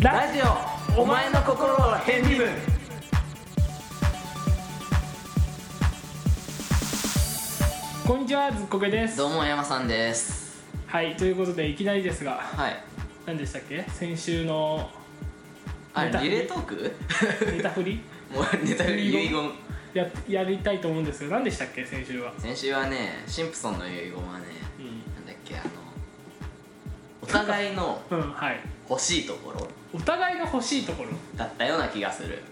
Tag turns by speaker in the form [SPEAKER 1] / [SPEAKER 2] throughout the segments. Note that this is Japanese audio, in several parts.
[SPEAKER 1] ラジオお前の心を変理分
[SPEAKER 2] こんにちはずっこけです
[SPEAKER 1] どうも山さんです
[SPEAKER 2] はいということでいきなりですが
[SPEAKER 1] はい
[SPEAKER 2] 何でしたっけ先週 の
[SPEAKER 1] あ
[SPEAKER 2] ネタ
[SPEAKER 1] リレートーク
[SPEAKER 2] ネタ振り
[SPEAKER 1] もうネタより遺言
[SPEAKER 2] ややりたいと思うんですけど何でしたっけ先週は、
[SPEAKER 1] 先週はねシンプソンの遺言はね
[SPEAKER 2] う
[SPEAKER 1] なんだっけあのお互いの
[SPEAKER 2] ん、うん、はい
[SPEAKER 1] 欲しいところ
[SPEAKER 2] お互いが欲しいところ
[SPEAKER 1] だったような気がする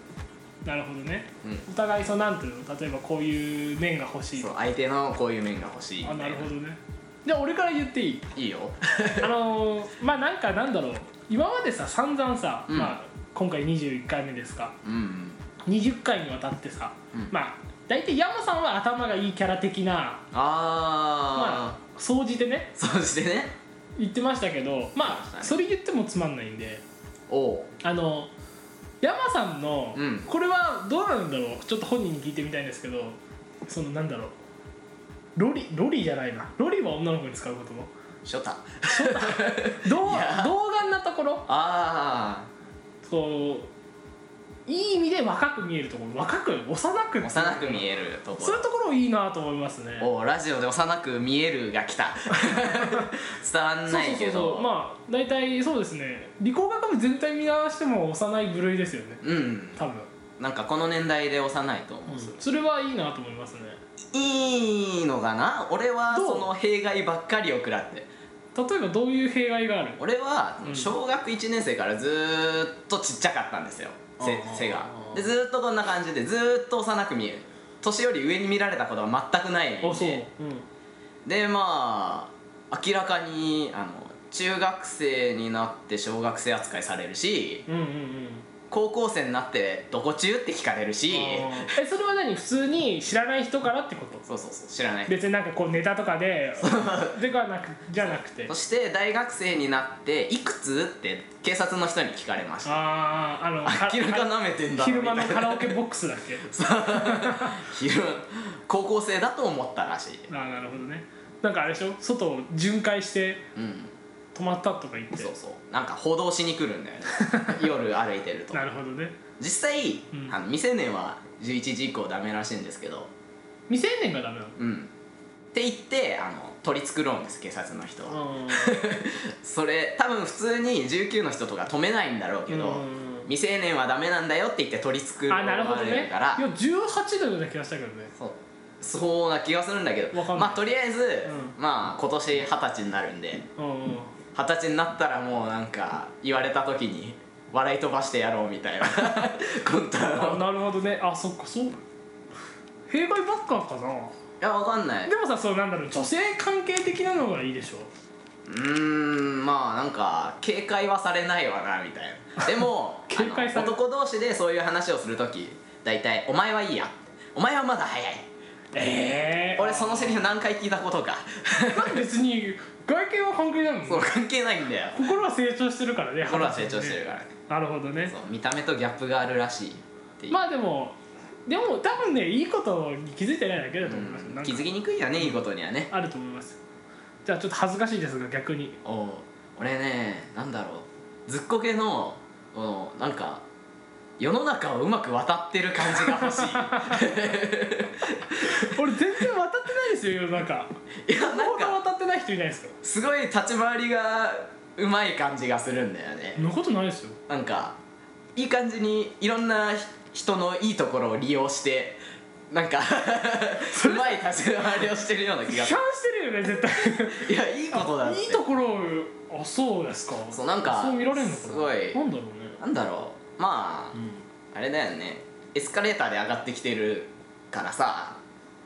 [SPEAKER 2] なるほどね
[SPEAKER 1] うん
[SPEAKER 2] お互いそうなんていうの例えばこういう面が欲しい
[SPEAKER 1] そう相手のこういう面が欲しいみ
[SPEAKER 2] あ
[SPEAKER 1] たいな
[SPEAKER 2] なるほどねじゃあ俺から言ってい い
[SPEAKER 1] いいよ
[SPEAKER 2] あのーまあなんかなんだろう今までさ散々さ、
[SPEAKER 1] うん
[SPEAKER 2] まあ、今回21回目ですか
[SPEAKER 1] うん
[SPEAKER 2] 20回にわたってさ、
[SPEAKER 1] うん
[SPEAKER 2] まあ大体山さんは頭がいいキャラ的なま
[SPEAKER 1] あ
[SPEAKER 2] あ総じてね
[SPEAKER 1] あそうしてね
[SPEAKER 2] 言ってましたけどま
[SPEAKER 1] そうで
[SPEAKER 2] あ
[SPEAKER 1] した
[SPEAKER 2] それ言ってもつまんないんで
[SPEAKER 1] おう
[SPEAKER 2] あの山さんの、
[SPEAKER 1] うん
[SPEAKER 2] これはどうなんだろうちょっと本人に聞いてみたいんですけどそのなんだろうロリロリじゃないなロリは女の子に使うことも
[SPEAKER 1] ショタ
[SPEAKER 2] どう
[SPEAKER 1] いや
[SPEAKER 2] 童顔なところ
[SPEAKER 1] あ
[SPEAKER 2] そういい意味で若く見えるところ若く幼く
[SPEAKER 1] あ幼く見
[SPEAKER 2] え
[SPEAKER 1] えるとこ
[SPEAKER 2] そうい
[SPEAKER 1] ろ
[SPEAKER 2] うところいいなと思いますね
[SPEAKER 1] おうラジオで幼く見えるが来た 伝わんない
[SPEAKER 2] そうそうそ
[SPEAKER 1] け
[SPEAKER 2] う
[SPEAKER 1] ど
[SPEAKER 2] そうまあ大体そうですね理工学部全体見合わせても幼い部類ですよね
[SPEAKER 1] うん
[SPEAKER 2] 多分、
[SPEAKER 1] なんかこの年代で幼いと思う、
[SPEAKER 2] それはいいなと思いますね
[SPEAKER 1] いいのかな俺は
[SPEAKER 2] どう
[SPEAKER 1] その弊害ばっかりを食らって
[SPEAKER 2] 例えばどういう弊害がある
[SPEAKER 1] 俺は
[SPEAKER 2] うん
[SPEAKER 1] 小学1年生からずーっとちっちゃかったんですよ、せ
[SPEAKER 2] あー
[SPEAKER 1] 背がでずーっとこんな感じでずーっと幼く見える年より上に見られたことは全くないん
[SPEAKER 2] あそう、
[SPEAKER 1] ででまあ明らかにあの中学生になって小学生扱いされるし
[SPEAKER 2] うん、うんうんうん
[SPEAKER 1] 高校生になって「どこ中?」って聞かれるし
[SPEAKER 2] あーえそれは何普通に知らない人からってこと
[SPEAKER 1] そうそうそう知らない
[SPEAKER 2] 別になんかこうネタとか ででかなくじゃなくて
[SPEAKER 1] そして大学生になって「いくつ?」って警察の人に聞かれました
[SPEAKER 2] あああのか
[SPEAKER 1] 明らかなめてんだな
[SPEAKER 2] 昼間の
[SPEAKER 1] みた
[SPEAKER 2] カ
[SPEAKER 1] いな
[SPEAKER 2] ラオケボックスだっけ
[SPEAKER 1] 昼高校生だと思ったらしい
[SPEAKER 2] ああなるほどねなんかあれでしょ外を巡回して
[SPEAKER 1] うん
[SPEAKER 2] 泊まったとか言って
[SPEAKER 1] そうそうなんか報道しに来るん だよね夜歩いてると
[SPEAKER 2] なるほどね
[SPEAKER 1] 実際、
[SPEAKER 2] うん
[SPEAKER 1] あの未成年は11時以降ダメらしいんですけど
[SPEAKER 2] 未成年がダメなの
[SPEAKER 1] うんって言ってあの取り繕うんです警察の人は、
[SPEAKER 2] うん
[SPEAKER 1] それ多分普通に19の人とか止めないんだろうけど、
[SPEAKER 2] うん
[SPEAKER 1] 未成年はダメなんだよって言って取り繕わ
[SPEAKER 2] あなるほどねい
[SPEAKER 1] れる
[SPEAKER 2] や
[SPEAKER 1] から
[SPEAKER 2] 18度ような気がしたけどね
[SPEAKER 1] そうそうな気がするんだけど
[SPEAKER 2] わかんない
[SPEAKER 1] まあとりあえず、
[SPEAKER 2] う
[SPEAKER 1] まあ今年二十歳になるんで
[SPEAKER 2] うんうん
[SPEAKER 1] 二十歳になったらもうなんか言われた時に笑い飛ばしてやろうみたいな コント
[SPEAKER 2] あ
[SPEAKER 1] の
[SPEAKER 2] なるほどねあそっかそう弊害ばっかかない
[SPEAKER 1] やわかんない
[SPEAKER 2] でもさそうなんだろう女性関係的なのがいいでしょ
[SPEAKER 1] うーんまあなんか警戒はされないわなみたいなでも
[SPEAKER 2] 警戒され
[SPEAKER 1] あの男同士でそういう話をする時大体「お前はいいや」「お前はまだ早い」
[SPEAKER 2] ええ
[SPEAKER 1] 俺そのセリフ何回聞いたことか
[SPEAKER 2] なんか別に外見は関係ない
[SPEAKER 1] そ
[SPEAKER 2] もん
[SPEAKER 1] う
[SPEAKER 2] ね
[SPEAKER 1] 関係ないんだよ
[SPEAKER 2] 心は成長してるからね
[SPEAKER 1] 心は成長してるからね
[SPEAKER 2] なるほどね
[SPEAKER 1] そう見た目とギャップがあるらしいっていう
[SPEAKER 2] まあでもでも多分ねいいことに気づいてないだけだと思います、
[SPEAKER 1] う
[SPEAKER 2] なんんか
[SPEAKER 1] 気づきにくいよねいいことにはね
[SPEAKER 2] あると思いますじゃあちょっと恥ずかしいですが逆に
[SPEAKER 1] おう俺ねなんだろうずっこけのおうなんか世の中をうまく渡ってる感じが欲し
[SPEAKER 2] 俺全然渡ってないですよ世の中
[SPEAKER 1] いいやな
[SPEAKER 2] ほ
[SPEAKER 1] ん
[SPEAKER 2] ど
[SPEAKER 1] か
[SPEAKER 2] 渡ってない人いないですか
[SPEAKER 1] すごい立ち回りがうまい感じがするんだよ
[SPEAKER 2] そんな
[SPEAKER 1] ね
[SPEAKER 2] ことないですよ
[SPEAKER 1] なんかいい感じにいろんなひ人のいいところを利用してなんかうまい立ち回りをしてるような気
[SPEAKER 2] 批判
[SPEAKER 1] がす
[SPEAKER 2] してるよね絶対
[SPEAKER 1] るいやいいことだって
[SPEAKER 2] いいところをあそうですか
[SPEAKER 1] そうなんか
[SPEAKER 2] そう見られるのかな
[SPEAKER 1] すごい
[SPEAKER 2] なんだろうね
[SPEAKER 1] なんだろうま あ、あれだよねエスカレーターで上がってきてるからさ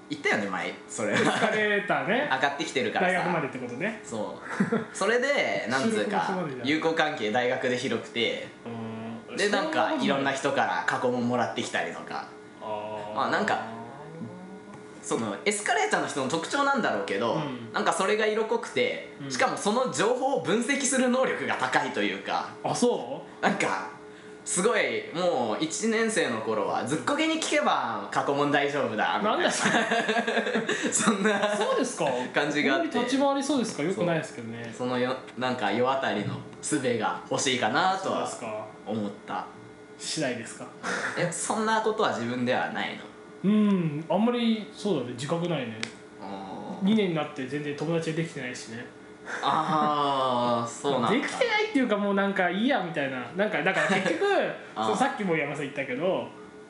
[SPEAKER 1] 言ったよね前それ
[SPEAKER 2] エスカレーターね
[SPEAKER 1] 上がってきてるから
[SPEAKER 2] 大
[SPEAKER 1] さ
[SPEAKER 2] 学までってことね
[SPEAKER 1] そうそれでなんつう
[SPEAKER 2] 収録の
[SPEAKER 1] か
[SPEAKER 2] 人までじゃん
[SPEAKER 1] 友好関係大学で広くて
[SPEAKER 2] うん
[SPEAKER 1] でなんかいろんな
[SPEAKER 2] 人
[SPEAKER 1] 人から過去問もらってきたりとか
[SPEAKER 2] あ
[SPEAKER 1] まあなんかそのエスカレーターの人の特徴なんだろうけど、
[SPEAKER 2] うん
[SPEAKER 1] なんかそれが色濃くて
[SPEAKER 2] うん
[SPEAKER 1] しかもその情報を分析する能力が高いというか
[SPEAKER 2] あそ
[SPEAKER 1] なんかすごいもう1年生の頃はずっこけに聞けば過去問大丈夫だみた
[SPEAKER 2] ないん
[SPEAKER 1] な
[SPEAKER 2] だ それ
[SPEAKER 1] そんな
[SPEAKER 2] そうですか
[SPEAKER 1] 感じがあって
[SPEAKER 2] あんまり立ち回りそうですかよくないですけどね
[SPEAKER 1] そのよなんか世あたりの術が欲しいかなと
[SPEAKER 2] そうで
[SPEAKER 1] は
[SPEAKER 2] すか
[SPEAKER 1] 思った
[SPEAKER 2] 次第ですか
[SPEAKER 1] えそんなことは自分ではない
[SPEAKER 2] う
[SPEAKER 1] の
[SPEAKER 2] んあんまりそうだね自覚ないね
[SPEAKER 1] あー
[SPEAKER 2] 2年になって全然友達ができてないしね
[SPEAKER 1] あーそうなんだ
[SPEAKER 2] できてないっていうかもうなんかいいやみたいななんかだから結局
[SPEAKER 1] ああ
[SPEAKER 2] そうさっきも山さん言ったけど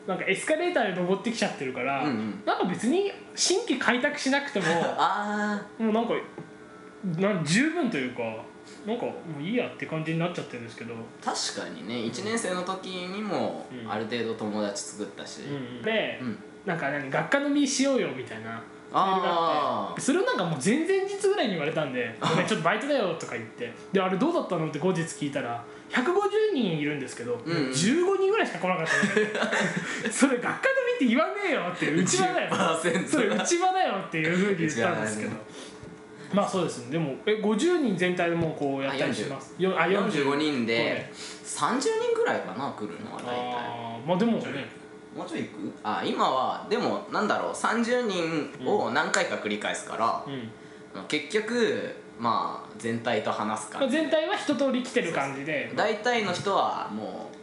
[SPEAKER 2] なんかエスカレーターで登ってきちゃってるから、
[SPEAKER 1] うんうん
[SPEAKER 2] なんか別に新規開拓しな くても
[SPEAKER 1] あ
[SPEAKER 2] もうなんかなん十分というかなんかもういいやって感じになっちゃってるんですけど、
[SPEAKER 1] ー確かにね1年生の時にも
[SPEAKER 2] うん
[SPEAKER 1] ある程度友達作ったし、
[SPEAKER 2] で、
[SPEAKER 1] うん
[SPEAKER 2] なんか何学科飲みしようよみたいなメールがあ
[SPEAKER 1] あ
[SPEAKER 2] ってそれをなんかもう前々日ぐらいに言われたんで「ごめんちょっとバイトだよ」とか言ってであれどうだったのって後日聞いたら150人いるんですけど、
[SPEAKER 1] うんうん
[SPEAKER 2] 15人ぐらいしか来なかった のそれ学科飲みって言わねえよってうちわだよ
[SPEAKER 1] 10%
[SPEAKER 2] それうちわだよっていうふうに言ったんですけど
[SPEAKER 1] 内輪だね
[SPEAKER 2] まあそうですねでもえ50人全体でもうこうやったりしますよあ
[SPEAKER 1] あ45人
[SPEAKER 2] そう
[SPEAKER 1] で
[SPEAKER 2] ね
[SPEAKER 1] 30人ぐらいかな来るのは大体
[SPEAKER 2] あーまあでもね
[SPEAKER 1] もうちょい行くあ今はでもなんだろう30人を何回か繰り返すから
[SPEAKER 2] う、ん
[SPEAKER 1] 結局まあ全体と話す
[SPEAKER 2] まあ
[SPEAKER 1] 感じ
[SPEAKER 2] 全体は一通り来てる感じで
[SPEAKER 1] 大体の人はもう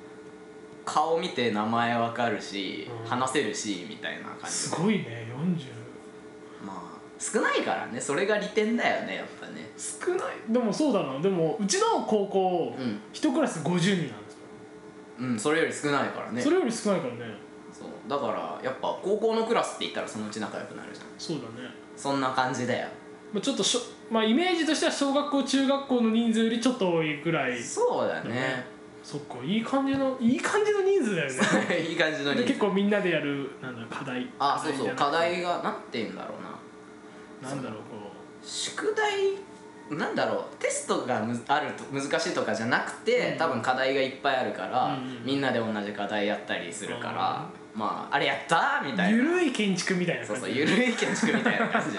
[SPEAKER 1] 顔見て名前わかるし、
[SPEAKER 2] うん
[SPEAKER 1] 話せるしみたいな感じ
[SPEAKER 2] すごいね40
[SPEAKER 1] まあ少ないからねそれが利点だよねやっぱね
[SPEAKER 2] 少ないでもそうだなでもうちの高校
[SPEAKER 1] うん
[SPEAKER 2] 一クラス50人なんですよ
[SPEAKER 1] うんそれより少ないからね
[SPEAKER 2] それより少ないからね
[SPEAKER 1] そうだからやっぱ高校のクラスって言ったらそのうち仲良くなるじゃん
[SPEAKER 2] そうだね
[SPEAKER 1] そんな感じだよ
[SPEAKER 2] まあちょっとしょまあイメージとしては小学校中学校の人数よりちょっと多いぐらい
[SPEAKER 1] そうだね
[SPEAKER 2] ねそっかいい感じのいい感じの人数だよね
[SPEAKER 1] いい感じの
[SPEAKER 2] で
[SPEAKER 1] 人
[SPEAKER 2] 結構みんなでやるなんだろう課題
[SPEAKER 1] あそうそう課
[SPEAKER 2] じ
[SPEAKER 1] 題がなんて言うんだろうな
[SPEAKER 2] ゃないなんだろうこ
[SPEAKER 1] 宿題なんだろうテストがむあると難しいとかじゃなくて、
[SPEAKER 2] うん
[SPEAKER 1] 多分課題がいっぱいあるから、
[SPEAKER 2] うんうん
[SPEAKER 1] みんなで同じ課題やったりするから、まああれやったみた
[SPEAKER 2] う
[SPEAKER 1] い
[SPEAKER 2] ゆ
[SPEAKER 1] な
[SPEAKER 2] るい建築みたいな
[SPEAKER 1] そ
[SPEAKER 2] 感
[SPEAKER 1] う
[SPEAKER 2] じ
[SPEAKER 1] そうゆるい建築みたい な感じ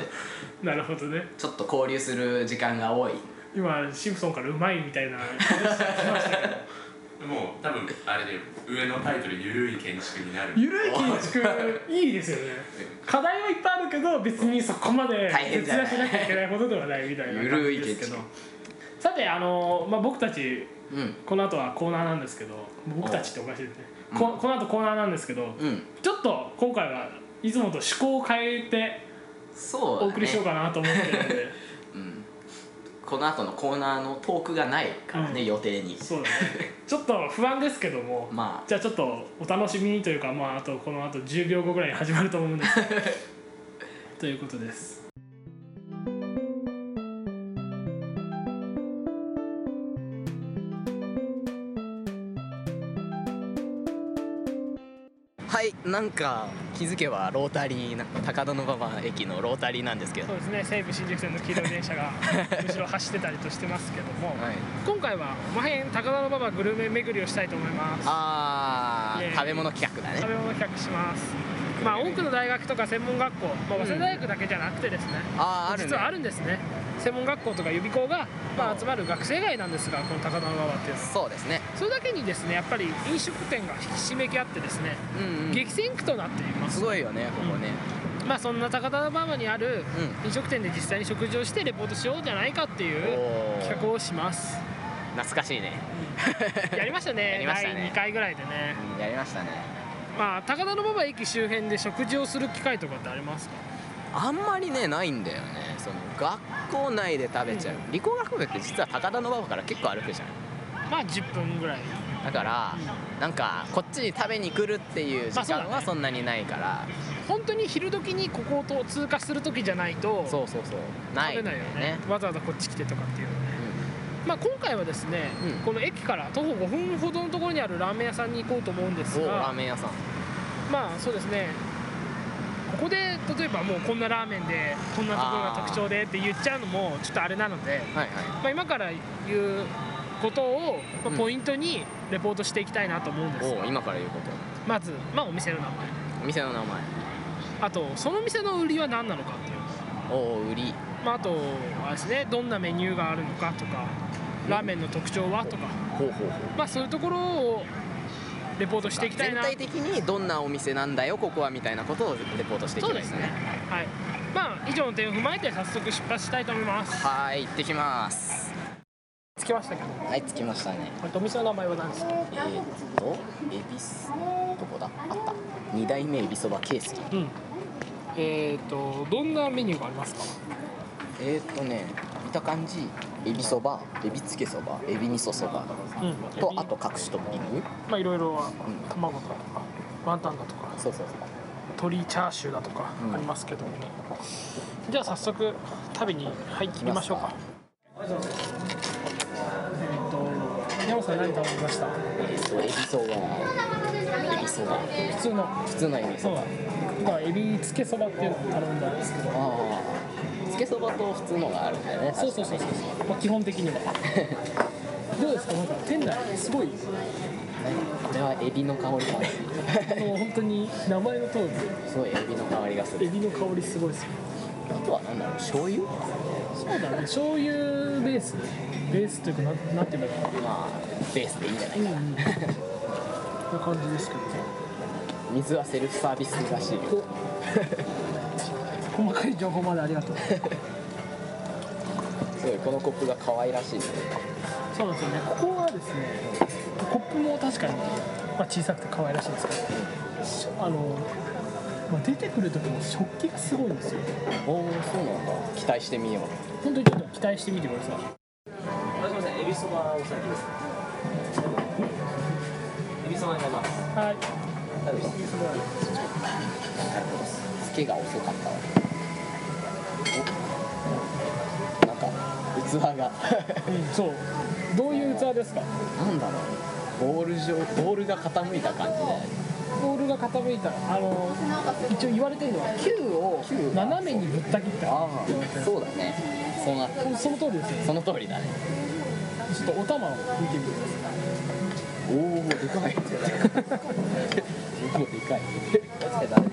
[SPEAKER 2] なるほどね
[SPEAKER 1] ちょっと交流する時間が多い
[SPEAKER 2] 今シンプソンからうまいみたいな話来ましたけど
[SPEAKER 3] もう多分あれで上のタイトル「ゆるい建築」になる
[SPEAKER 2] ゆるい建築いいですよね課題はいっぱいあるけど別にそこまで
[SPEAKER 1] 大変
[SPEAKER 2] 徹
[SPEAKER 1] じゃな
[SPEAKER 2] 夜
[SPEAKER 1] い
[SPEAKER 2] しなきゃいけないほどではないみたいな
[SPEAKER 1] ゆ
[SPEAKER 2] 感
[SPEAKER 1] るい
[SPEAKER 2] じですけど
[SPEAKER 1] 建
[SPEAKER 2] さてあの、まあ、僕たち
[SPEAKER 1] うん
[SPEAKER 2] この後はコーナーなんですけど僕たちっておかしいですねここの後コーナーなんですけど
[SPEAKER 1] うん
[SPEAKER 2] ちょっと今回はいつもと趣向を変えて
[SPEAKER 1] そうだね
[SPEAKER 2] お送りしようかなと思ってるんで、
[SPEAKER 1] うん、この後のコーナーのトークがないからね、
[SPEAKER 2] うん
[SPEAKER 1] 予定 に
[SPEAKER 2] そうだねちょっと不安ですけども
[SPEAKER 1] まあ
[SPEAKER 2] じゃあちょっとお楽しみにというかまああとこのあと10秒後ぐらいに始まると思うんです けどということです
[SPEAKER 1] はいなんか気づけばロータリーな高田馬場駅のロータリーなんですけど
[SPEAKER 2] そうですね西武新宿線の黄色い電 車が後ろ走ってたりとしてますけども、
[SPEAKER 1] はい
[SPEAKER 2] 今回はおまへん高田馬場グルメ巡りをしたいと思います
[SPEAKER 1] あ
[SPEAKER 2] イエー
[SPEAKER 1] ー
[SPEAKER 2] イ
[SPEAKER 1] 食べ物企画だ
[SPEAKER 2] 食べ
[SPEAKER 1] ね
[SPEAKER 2] 物企画しますまあ多くの大学とか専門学校、まあ、早稲田大学だけじゃなくてですね、
[SPEAKER 1] あーあるね
[SPEAKER 2] 実はあるんですね専門学校とか予備校が、まあ、集まる学生街なんですがこの高田馬場っていうのは
[SPEAKER 1] そうですね
[SPEAKER 2] それだけにですねやっぱり飲食店がひしめき合ってですね、
[SPEAKER 1] うん、うん、
[SPEAKER 2] 激戦区となっています
[SPEAKER 1] すごいよねここね
[SPEAKER 2] まあそんな高田馬場にある
[SPEAKER 1] う
[SPEAKER 2] 飲食店で実際に食事をしてレポートしようじゃないかってい
[SPEAKER 1] お
[SPEAKER 2] う
[SPEAKER 1] ー
[SPEAKER 2] 企画をし ます
[SPEAKER 1] 懐かしいね
[SPEAKER 2] やりましたね
[SPEAKER 1] やりました
[SPEAKER 2] 第
[SPEAKER 1] ね
[SPEAKER 2] 2回ぐらいでね
[SPEAKER 1] うんやりましたね
[SPEAKER 2] まあ高田馬場駅周辺で食事をする機会とかってありますか
[SPEAKER 1] あんまりねないんだよねその学校内で食べちゃう、理工学部って実は高田馬場から結構歩くじゃん
[SPEAKER 2] まあ10分ぐらい
[SPEAKER 1] だからなんかこっちに食べに来るっていう時間
[SPEAKER 2] まあ
[SPEAKER 1] は
[SPEAKER 2] そ
[SPEAKER 1] そんなにないから、
[SPEAKER 2] 本当に昼時にここをと通過する時じゃないと
[SPEAKER 1] そうそうそうな
[SPEAKER 2] 食
[SPEAKER 1] い
[SPEAKER 2] べ
[SPEAKER 1] んだ
[SPEAKER 2] ない
[SPEAKER 1] よ
[SPEAKER 2] よね
[SPEAKER 1] ね
[SPEAKER 2] わざわざこっち来てとかっていうのはねまあ今回はですね、
[SPEAKER 1] うん
[SPEAKER 2] この駅から徒歩5分ほどのところにあるラーメン屋さんに行こうと思うんです
[SPEAKER 1] うん、おラー
[SPEAKER 2] が
[SPEAKER 1] メン屋さん
[SPEAKER 2] まあそうですねここで例えばもうこんなラーメンでこんなところが特徴でって言っちゃうのもちょっとあれなので、
[SPEAKER 1] はいはい
[SPEAKER 2] まあ、今から言うことを、まあ
[SPEAKER 1] うん
[SPEAKER 2] ポイントにレポートしていきたいなと思うんです
[SPEAKER 1] お
[SPEAKER 2] が
[SPEAKER 1] 今から言うこ
[SPEAKER 2] まず、まあ、お店の名前
[SPEAKER 1] とお店の名前
[SPEAKER 2] あとその店の売りは何なのかっていう
[SPEAKER 1] おお売り
[SPEAKER 2] まあ、あとあれですねどんなメニューがあるのかとかラーメンの特徴はとか、
[SPEAKER 1] ほうほうほう
[SPEAKER 2] まあ、そういうところをレポートしていきたい
[SPEAKER 1] 全
[SPEAKER 2] な
[SPEAKER 1] 体的にどんなお店なんだよここはみたいなことをレポートしていきましたね
[SPEAKER 2] はいまあ以上の点を踏まえて早速出発したいと思います
[SPEAKER 1] はーい行ってきます
[SPEAKER 2] 着きましたけど
[SPEAKER 1] はい着きましたね
[SPEAKER 2] これお店の名前は何ですか
[SPEAKER 1] えー、っと恵比寿どこだあった2代目恵比そばケース
[SPEAKER 2] うんえっ、とどんなメニューがありますか
[SPEAKER 1] えー、っとね見た感じエビそばエビつけそばエビ味噌そば
[SPEAKER 2] うん
[SPEAKER 1] とあと各種トッピング
[SPEAKER 2] まあいろいろは
[SPEAKER 1] うん
[SPEAKER 2] 卵とかワンタンだとか
[SPEAKER 1] そうそうそう
[SPEAKER 2] 鶏チャーシューだとか
[SPEAKER 1] うん
[SPEAKER 2] ありますけどもね、じゃあ早速食べに入ってみましょうかえっと山さん何食べました
[SPEAKER 1] えー、っとエビそばエビそば
[SPEAKER 2] 普通の
[SPEAKER 1] 普通のエビそ
[SPEAKER 2] そう
[SPEAKER 1] ば
[SPEAKER 2] 今エビつけそばっていうのを頼んだんですけど
[SPEAKER 1] ああつけそばと普通のがあるんだよね
[SPEAKER 2] そうそうそうそう、まあ、基本的には どうですかなんか店内すごい
[SPEAKER 1] これはエビの香りが
[SPEAKER 2] あの本当に名前の通り
[SPEAKER 1] すごいエビの香りがす
[SPEAKER 2] エ
[SPEAKER 1] る
[SPEAKER 2] ビの香りすごいですよ
[SPEAKER 1] あとは何だろう醤油
[SPEAKER 2] そうだね醤油ベースベースというかななんて言えばいいのか
[SPEAKER 1] まあベースでいいんじゃないかな、
[SPEAKER 2] な感じですけどね
[SPEAKER 1] 水はセルフサービスらしいよ
[SPEAKER 2] 細かい情報までありがとう
[SPEAKER 1] すごいこのコップが可愛らしいね
[SPEAKER 2] そうなんですよねここはですねコップも確かに、まあ、小さくて可愛らしいんですけどしあの、まあ、出てくる時も食器がすごいんですよ
[SPEAKER 1] おおそうなんだ期待してみよう
[SPEAKER 2] 本当にちょっと期待してみてください
[SPEAKER 4] すみません、エビそばお先です。エビそばになります。
[SPEAKER 2] はい
[SPEAKER 1] なるほどつけが遅かったわおなんか器が
[SPEAKER 2] うん、そうどういう器ですか
[SPEAKER 1] なんだろうボール状ボールが傾いた感じだよね
[SPEAKER 2] ボールが傾いたあの一応言われてるのは球を
[SPEAKER 1] 球が
[SPEAKER 2] 斜めにぶった切った
[SPEAKER 1] ああそうだねそうなってる
[SPEAKER 2] その通りですよ
[SPEAKER 1] その通りだね
[SPEAKER 2] ちょっとお玉を見てみてください
[SPEAKER 1] おお でかいおおでかい確かにだね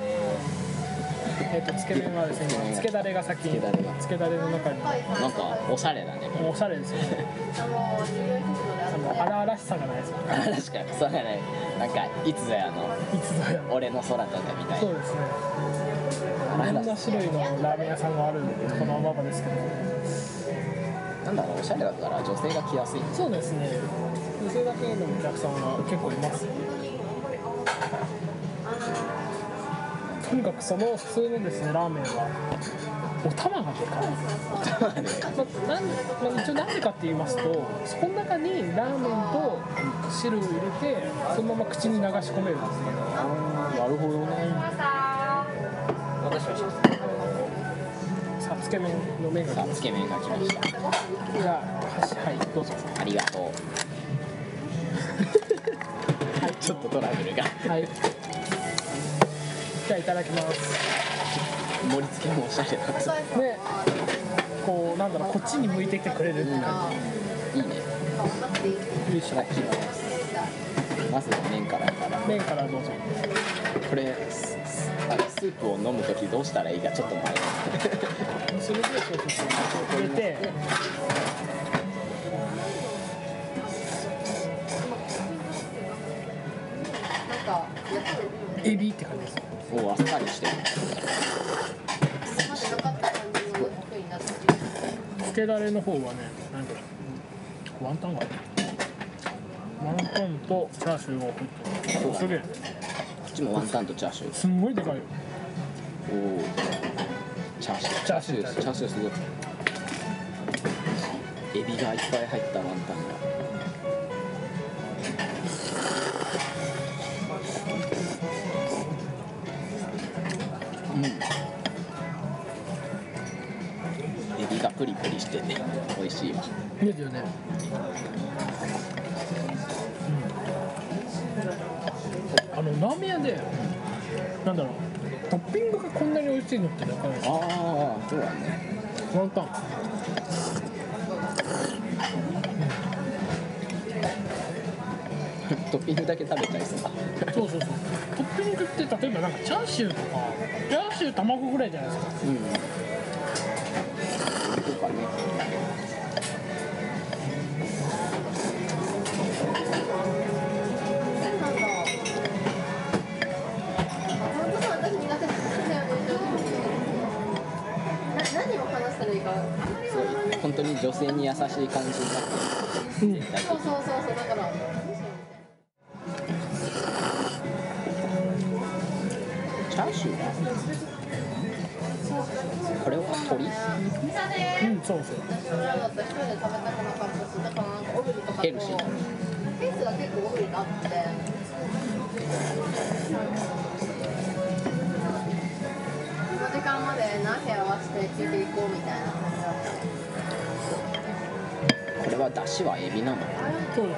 [SPEAKER 2] えっ、とつけ麺はですねつけだれが先に
[SPEAKER 1] つけだれが
[SPEAKER 2] つけだれの中に
[SPEAKER 1] なんかおしゃれだね
[SPEAKER 2] おしゃれですよねあの荒々しさがないですよね
[SPEAKER 1] あ確かにそうだねなんかいつぞやの
[SPEAKER 2] いつぞやの
[SPEAKER 1] 俺の空とかみたい
[SPEAKER 2] そう
[SPEAKER 1] な
[SPEAKER 2] ですねいろんな種類のラーメン屋さんがあるこのままですけど
[SPEAKER 1] なんだろうおしゃれだから女性が来やすい
[SPEAKER 2] そうですね女性だけのお客さんは結構いますとにかくその普通のですねラーメンはお玉がでかいまあなんまあ、一応なんでかって言いますとそこの中にラーメンと汁を入れてそのまま口に流し込めるんですね
[SPEAKER 1] なるほどね
[SPEAKER 4] お待たせしました。
[SPEAKER 2] さつけ麺の麺が
[SPEAKER 1] さあつけ麺が来ました
[SPEAKER 2] じゃあ箸はいどうぞ
[SPEAKER 1] ありがと うちょっとトラブルが
[SPEAKER 2] はいじゃあいただきます
[SPEAKER 1] 盛り付けもおしゃれだった
[SPEAKER 2] でこうなんだろうこっちに向いてきてくれるっていう感
[SPEAKER 1] いいね
[SPEAKER 2] じよいし
[SPEAKER 1] いた
[SPEAKER 2] ょ
[SPEAKER 1] だきますまず麺からから
[SPEAKER 2] 麺からどうぞ
[SPEAKER 1] これススあのスープを飲む時どうしたらいいかちょっと迷う
[SPEAKER 2] それでそうそうそう入れてエビって感じです
[SPEAKER 1] もうあっさりしてる
[SPEAKER 2] つけだれの方はねなんかワンタンがワンタンとチャーシューを入ってるすげえ
[SPEAKER 1] こっちもワンタンとチャーシュー
[SPEAKER 2] すんごいでかいよ
[SPEAKER 1] おおチャーシュー
[SPEAKER 2] チャーシュー
[SPEAKER 1] チャーシューすごいエビがいっぱい入ったワンタンがうんエビがプリプリしてて美味しいわ
[SPEAKER 2] ですよねうんあのラーメン屋でなんだろうトッピングがこんなに美味しいのってなかなか
[SPEAKER 1] ああそうだね
[SPEAKER 2] ワンタン。
[SPEAKER 1] トッピングだけ食べちゃいそう
[SPEAKER 2] そうそうそう。トッピングって例えばなんかチャーシューとかチャーシュー卵ぐらいじゃないですか。
[SPEAKER 1] うんエビとかね
[SPEAKER 5] あしたらいいか
[SPEAKER 1] すごい本当に女性に優しい感じになって
[SPEAKER 2] うん
[SPEAKER 5] そうそうそうそうだから
[SPEAKER 1] チャーシューはこれは鶏
[SPEAKER 2] うんそうそう
[SPEAKER 5] 私もだったら一人で食べたくなかったしだからなんかオイルとかと
[SPEAKER 1] ヘルシー
[SPEAKER 5] ペースが結構オイルがあってこの時間まで何部屋合わせて聞いていこうみたいな感じだった
[SPEAKER 1] これは出汁はエビなの
[SPEAKER 2] そうで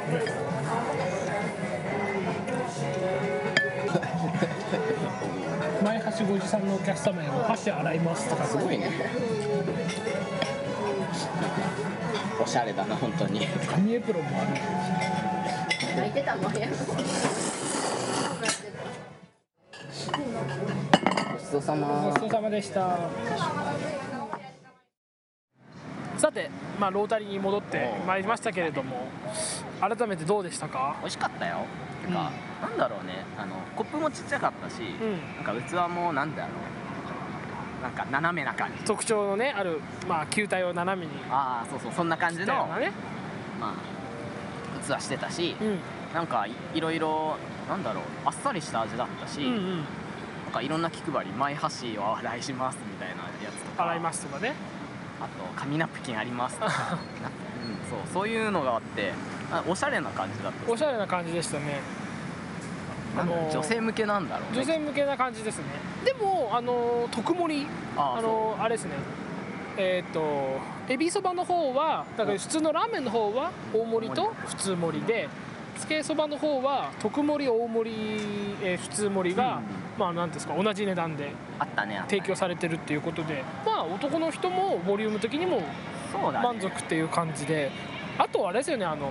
[SPEAKER 2] すね 前橋ごじさんのお客様へお箸洗いますとか
[SPEAKER 1] すごいねおしゃれだな本当に
[SPEAKER 2] 紙エプロンもある
[SPEAKER 5] 泣いてたもんや
[SPEAKER 1] ごちそうさま
[SPEAKER 2] ごちそうさまでしたさて、まあ、ロータリーに戻ってまいりましたけれども改めてどうでしたか
[SPEAKER 1] 美味しかったよてか、なんだろうねあのコップもちっちゃかったし、
[SPEAKER 2] うん
[SPEAKER 1] なんか器もなんだろうなんか斜めな感じ
[SPEAKER 2] 特徴のねある、まあ、球体を斜めに
[SPEAKER 1] ああそうそうそんな感じ
[SPEAKER 2] したよう
[SPEAKER 1] の
[SPEAKER 2] なね、
[SPEAKER 1] まあ、器してたし、
[SPEAKER 2] うん
[SPEAKER 1] なんかいいろいろなんだろうあっさりした味だったし、
[SPEAKER 2] うんうん
[SPEAKER 1] なんかいろんな気配り「前箸を洗いします」みたいなやつとか
[SPEAKER 2] 洗いますとかね
[SPEAKER 1] あと「紙ナプキンあります」とか、うん、そうそういうのがあってあおしゃれな感じだった
[SPEAKER 2] おしゃれな感じでしたね
[SPEAKER 1] なんだろ
[SPEAKER 2] あ
[SPEAKER 1] う
[SPEAKER 2] のー
[SPEAKER 1] 女性向けなんだろうね
[SPEAKER 2] 女性向けな感じですねでもあの特盛り
[SPEAKER 1] あ
[SPEAKER 2] あ
[SPEAKER 1] あそ
[SPEAKER 2] のあれですねえーっ、とエビそばの方はだから普通のラーメンの方は大盛りと普通盛りでつけそばの方は特盛り大盛り、えー普通盛りが、まあなんていうんですか同じ値段で
[SPEAKER 1] うあったねあったね
[SPEAKER 2] 提供されてるっていうことでまあ男の人もボリューム的にも
[SPEAKER 1] そうだ、ね、
[SPEAKER 2] 満足っていう感じであとはあれですよねあの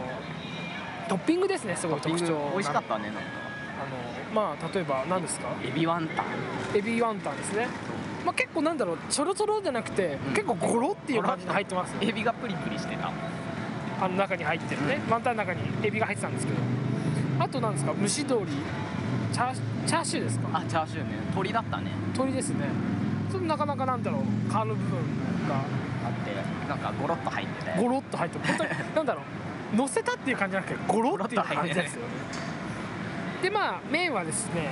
[SPEAKER 2] トッピングですねすごい特徴
[SPEAKER 1] 美味しかったたねなんか
[SPEAKER 2] あのまあ例えば何ですか
[SPEAKER 1] エビワンタン
[SPEAKER 2] エビワンタンですね、まあ、結構なんだろうちょろちょろじゃなくて、
[SPEAKER 1] うん
[SPEAKER 2] 結構ゴロっていう感じで入ってますよ
[SPEAKER 1] エビがプリプリしてた
[SPEAKER 2] あの中に入ってるね、ワンタンの中にエビが入ってたんですけどあとなんですか蒸し鶏チャーチャーシューですか
[SPEAKER 1] あチャーシューね鳥だったね
[SPEAKER 2] 鶏ですねそれなかなかなんだろう皮の部分が
[SPEAKER 1] あってなんかゴロッと入ってて
[SPEAKER 2] ゴロっと入ってる 本当になんだろう乗せたっていう感じじゃなくてゴロっていう感じですよねでまあ麺はですね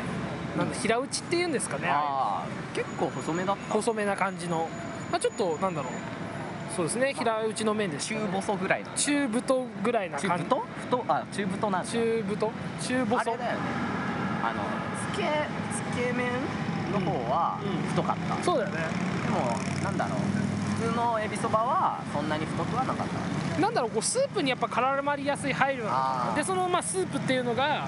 [SPEAKER 2] なんだ平打ちっていうんですかねあれ
[SPEAKER 1] ああ結構細めだった
[SPEAKER 2] 細めな感じの、まあ、ちょっとなんだろうそうですね平打ちの麺でした
[SPEAKER 1] 中細ぐらいの
[SPEAKER 2] 中太ぐらいな
[SPEAKER 1] 中
[SPEAKER 2] 感じ
[SPEAKER 1] 太太あ中太なんだ
[SPEAKER 2] 中太中
[SPEAKER 1] あ
[SPEAKER 2] 細
[SPEAKER 1] れだよねあのつけつけ麺の方は
[SPEAKER 2] うんうん
[SPEAKER 1] 太かった、
[SPEAKER 2] そうだよね
[SPEAKER 1] でもなんだろう普通のエビそばはそんなに太くはなかった
[SPEAKER 2] なんだろうこうスープにやっぱ絡まりやすい配慮なのか
[SPEAKER 1] あ
[SPEAKER 2] な
[SPEAKER 1] ー
[SPEAKER 2] でそのまあスープっていうのが、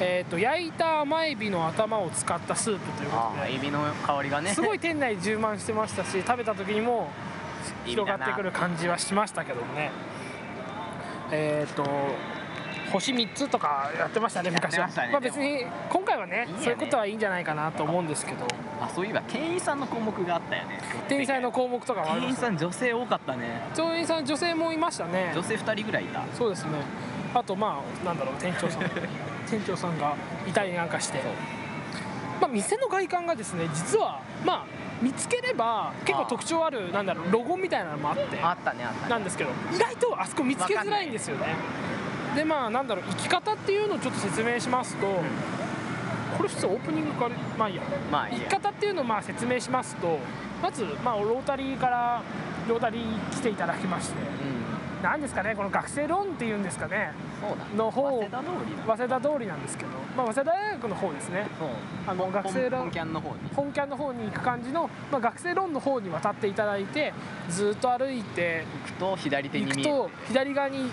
[SPEAKER 2] えー、と焼いた甘エビの頭を使ったスープというこ
[SPEAKER 1] あ
[SPEAKER 2] と
[SPEAKER 1] あ
[SPEAKER 2] で
[SPEAKER 1] エビの香りがね
[SPEAKER 2] すごい店内充満してましたし食べた時にも広がってくる感じはしましたけどもねえっ、と星3つとかやってましたね昔
[SPEAKER 1] や
[SPEAKER 2] は
[SPEAKER 1] ってましたね
[SPEAKER 2] あ、別に今回はね
[SPEAKER 1] いいよね
[SPEAKER 2] そういうことはいいんじゃないかなと思うんですけど
[SPEAKER 1] あそういえば店員さんの項目があったよね
[SPEAKER 2] 店員さんの項目とかはありま
[SPEAKER 1] 店
[SPEAKER 2] し
[SPEAKER 1] 員
[SPEAKER 2] た
[SPEAKER 1] さん女性多かったね
[SPEAKER 2] 店員さん女性もいましたね
[SPEAKER 1] 女性2人ぐらいいた
[SPEAKER 2] そうですねあとまあなんだろう店長 さん店長さんがいたりなんかして
[SPEAKER 1] そう、
[SPEAKER 2] まあ、店の外観がですね実はまあ見つければ結構特徴あるなんだろうロゴみたいなのもあって
[SPEAKER 1] あったねあったね
[SPEAKER 2] なんですけど意外とあそこ見つけづらいんですよねでまあなんだろう行き方っていうのをちょっと説明しますと、これ普通オープニングからまあいいや
[SPEAKER 1] まあい
[SPEAKER 2] 行
[SPEAKER 1] い
[SPEAKER 2] き
[SPEAKER 1] や
[SPEAKER 2] 方っていうのをまあ説明しますとまずまあロータリーからロータリー来ていただきまして
[SPEAKER 1] うん
[SPEAKER 2] 何ですかねこの学生ローンっていうんですかね
[SPEAKER 1] そうだ
[SPEAKER 2] の方
[SPEAKER 1] 早稲田通りだ
[SPEAKER 2] 早稲田通りなんですけど、まあ、早稲田大学の方ですね
[SPEAKER 1] そう
[SPEAKER 2] あの学生ロ
[SPEAKER 1] 本
[SPEAKER 2] ー
[SPEAKER 1] 本
[SPEAKER 2] ン
[SPEAKER 1] キャンの方に
[SPEAKER 2] 本キャンの方に行く感じの、まあ、学生ローンの方に渡っていただいてずっと歩いて
[SPEAKER 1] 行くと左手に
[SPEAKER 2] 行く
[SPEAKER 1] 見える
[SPEAKER 2] と左側に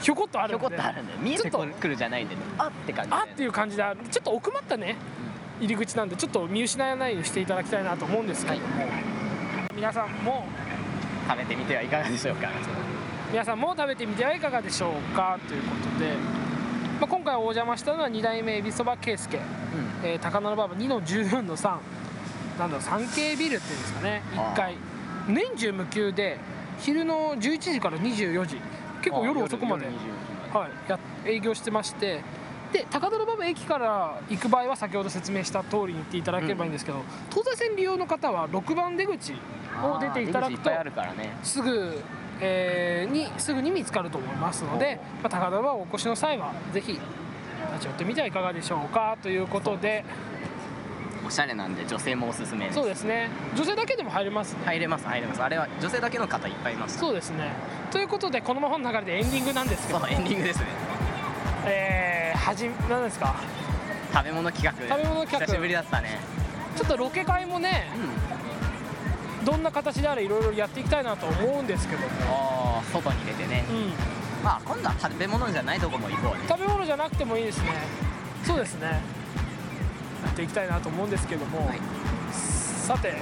[SPEAKER 2] ひょこっとあ
[SPEAKER 1] ひ
[SPEAKER 2] る
[SPEAKER 1] ょ
[SPEAKER 2] ん
[SPEAKER 1] こ
[SPEAKER 2] で
[SPEAKER 1] っとあるんだよ見えて
[SPEAKER 2] ちょ
[SPEAKER 1] く
[SPEAKER 2] っ
[SPEAKER 1] る
[SPEAKER 2] と
[SPEAKER 1] くるじゃないでねあって感じだよ
[SPEAKER 2] あ
[SPEAKER 1] ね
[SPEAKER 2] っていう感じであるちょっと奥まったね入り口なんでちょっと見失わないようにしていただきたいなと思うんですけども、皆さんも
[SPEAKER 1] 食べてみてはいかがでしょうか
[SPEAKER 2] 皆さんも食べてみてはいかがでしょうかということで、まあ、今回お邪魔したのは2代目エビそば圭介
[SPEAKER 1] うん
[SPEAKER 2] えー高菜のバーバー2の14の3なんだろう 3K ビルっていうんですかね
[SPEAKER 1] あー
[SPEAKER 2] 1階年中無休で昼の11時から24時結構夜遅くまで
[SPEAKER 1] あ夜夜20時まで
[SPEAKER 2] はい、や営業してまして、で高田馬場駅から行く場合は先ほど説明した通りに行っていただければいいんですけど、東西線利用の方は6番出口を出ていただ
[SPEAKER 1] あー出口い
[SPEAKER 2] く
[SPEAKER 1] っ
[SPEAKER 2] と
[SPEAKER 1] ぱいあるからね
[SPEAKER 2] すぐ、えーにすぐに見つかると思いますので、まあ、高田馬場をお越しの際はぜひ立ち寄ってみてはいかがでしょうかということで
[SPEAKER 1] おしゃれなんで女性もおすすめです
[SPEAKER 2] そうですね女性だけでも入れます
[SPEAKER 1] 入れます入れますあれは女性だけの方いっぱいいました
[SPEAKER 2] そうですねということでこのままの流れでエンディングなんですけど
[SPEAKER 1] そうエンディングですね
[SPEAKER 2] えー、はじなんですか
[SPEAKER 1] 食べ物企画
[SPEAKER 2] 食べ物企画
[SPEAKER 1] 久しぶりだったね
[SPEAKER 2] ちょっとロケ会もね
[SPEAKER 1] うん
[SPEAKER 2] どんな形であれいろいろやっていきたいなと思うんですけども、
[SPEAKER 1] あー外に出てね
[SPEAKER 2] うん、
[SPEAKER 1] まあ今度は食べ物じゃないとこも行こうね
[SPEAKER 2] 食べ物じゃなくてもいいですねそうですねやっていきたいなと思うんですけども、
[SPEAKER 1] はい
[SPEAKER 2] さて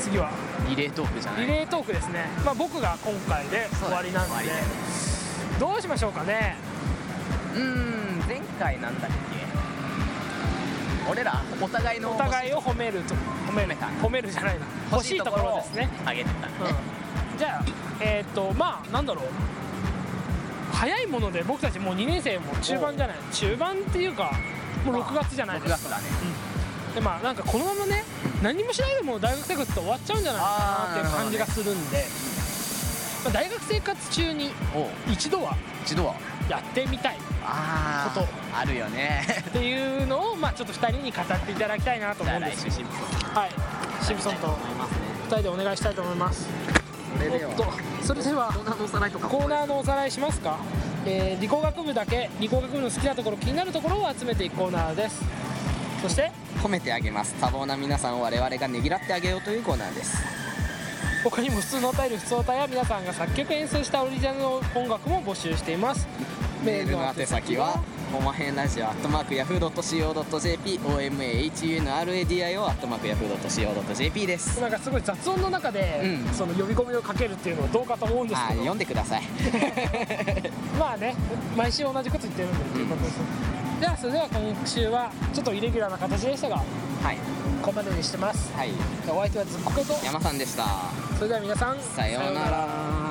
[SPEAKER 2] 次は
[SPEAKER 1] リレートークじゃない
[SPEAKER 2] リレートークですね、まあ、僕が今回で終わりなんで
[SPEAKER 1] そうだね
[SPEAKER 2] どうしましょうかね
[SPEAKER 1] うーん前回なんだっけ俺らお互いの
[SPEAKER 2] お互いを褒めると褒め
[SPEAKER 1] 褒めた
[SPEAKER 2] 褒めるじゃないな欲しいところですね
[SPEAKER 1] あげてたね、
[SPEAKER 2] うんじゃあえーっとまあなんだろう早いもので僕たちもう2年生も中盤じゃない中盤っていうかもう6月じゃない
[SPEAKER 1] 6
[SPEAKER 2] ですか
[SPEAKER 1] 月だね
[SPEAKER 2] でまあなんかこのままね何もしないでもう大学生活って終わっちゃうんじゃないかなっていう感じがするんで、まあ、大学生活中に
[SPEAKER 1] おう
[SPEAKER 2] 一度は
[SPEAKER 1] 一度は
[SPEAKER 2] やってみたいっ
[SPEAKER 1] あ
[SPEAKER 2] こ
[SPEAKER 1] とあるよね
[SPEAKER 2] ていうのをまあちょっと2人に語っていただきたいなと
[SPEAKER 1] じゃ
[SPEAKER 2] 思
[SPEAKER 1] あ
[SPEAKER 2] うんで
[SPEAKER 1] 来
[SPEAKER 2] す
[SPEAKER 1] 週シンプソン
[SPEAKER 2] はいシムソンと
[SPEAKER 1] 思いますね
[SPEAKER 2] 2人でお願いしたいと思います
[SPEAKER 1] それ
[SPEAKER 2] おっ
[SPEAKER 1] では
[SPEAKER 2] とそれでは
[SPEAKER 1] コーナーのおさらいとか
[SPEAKER 2] コーナーのおさらいしますか、えー理工学部だけ理工学部の好きなところ気になるところを集めていくコーナーですそして
[SPEAKER 1] 褒めてあげます多忙な皆さんを我々がねぎらってあげようというコーナーです
[SPEAKER 2] 他にも普通のお便り普通お便りや皆さんが作曲演奏したオリジナルの音楽も募集しています
[SPEAKER 1] メールの宛先はおまへんラジオアットマークヤフー .co.jp omahunradio アットマークヤフー .co.jp です
[SPEAKER 2] なんかすごい雑音の中で、
[SPEAKER 1] うん
[SPEAKER 2] その呼び込みをかけるっていうのはどうかと思うんです
[SPEAKER 1] あー
[SPEAKER 2] けど
[SPEAKER 1] 読んでください
[SPEAKER 2] まあね毎週同じこと言ってるんでっていうことです、ではそれでは今週はちょっとイレギュラーな形でしたが
[SPEAKER 1] はい
[SPEAKER 2] ここまでにしてます
[SPEAKER 1] はい
[SPEAKER 2] お相手はずっこと
[SPEAKER 1] 山さんでした
[SPEAKER 2] それでは皆さん
[SPEAKER 1] さようなら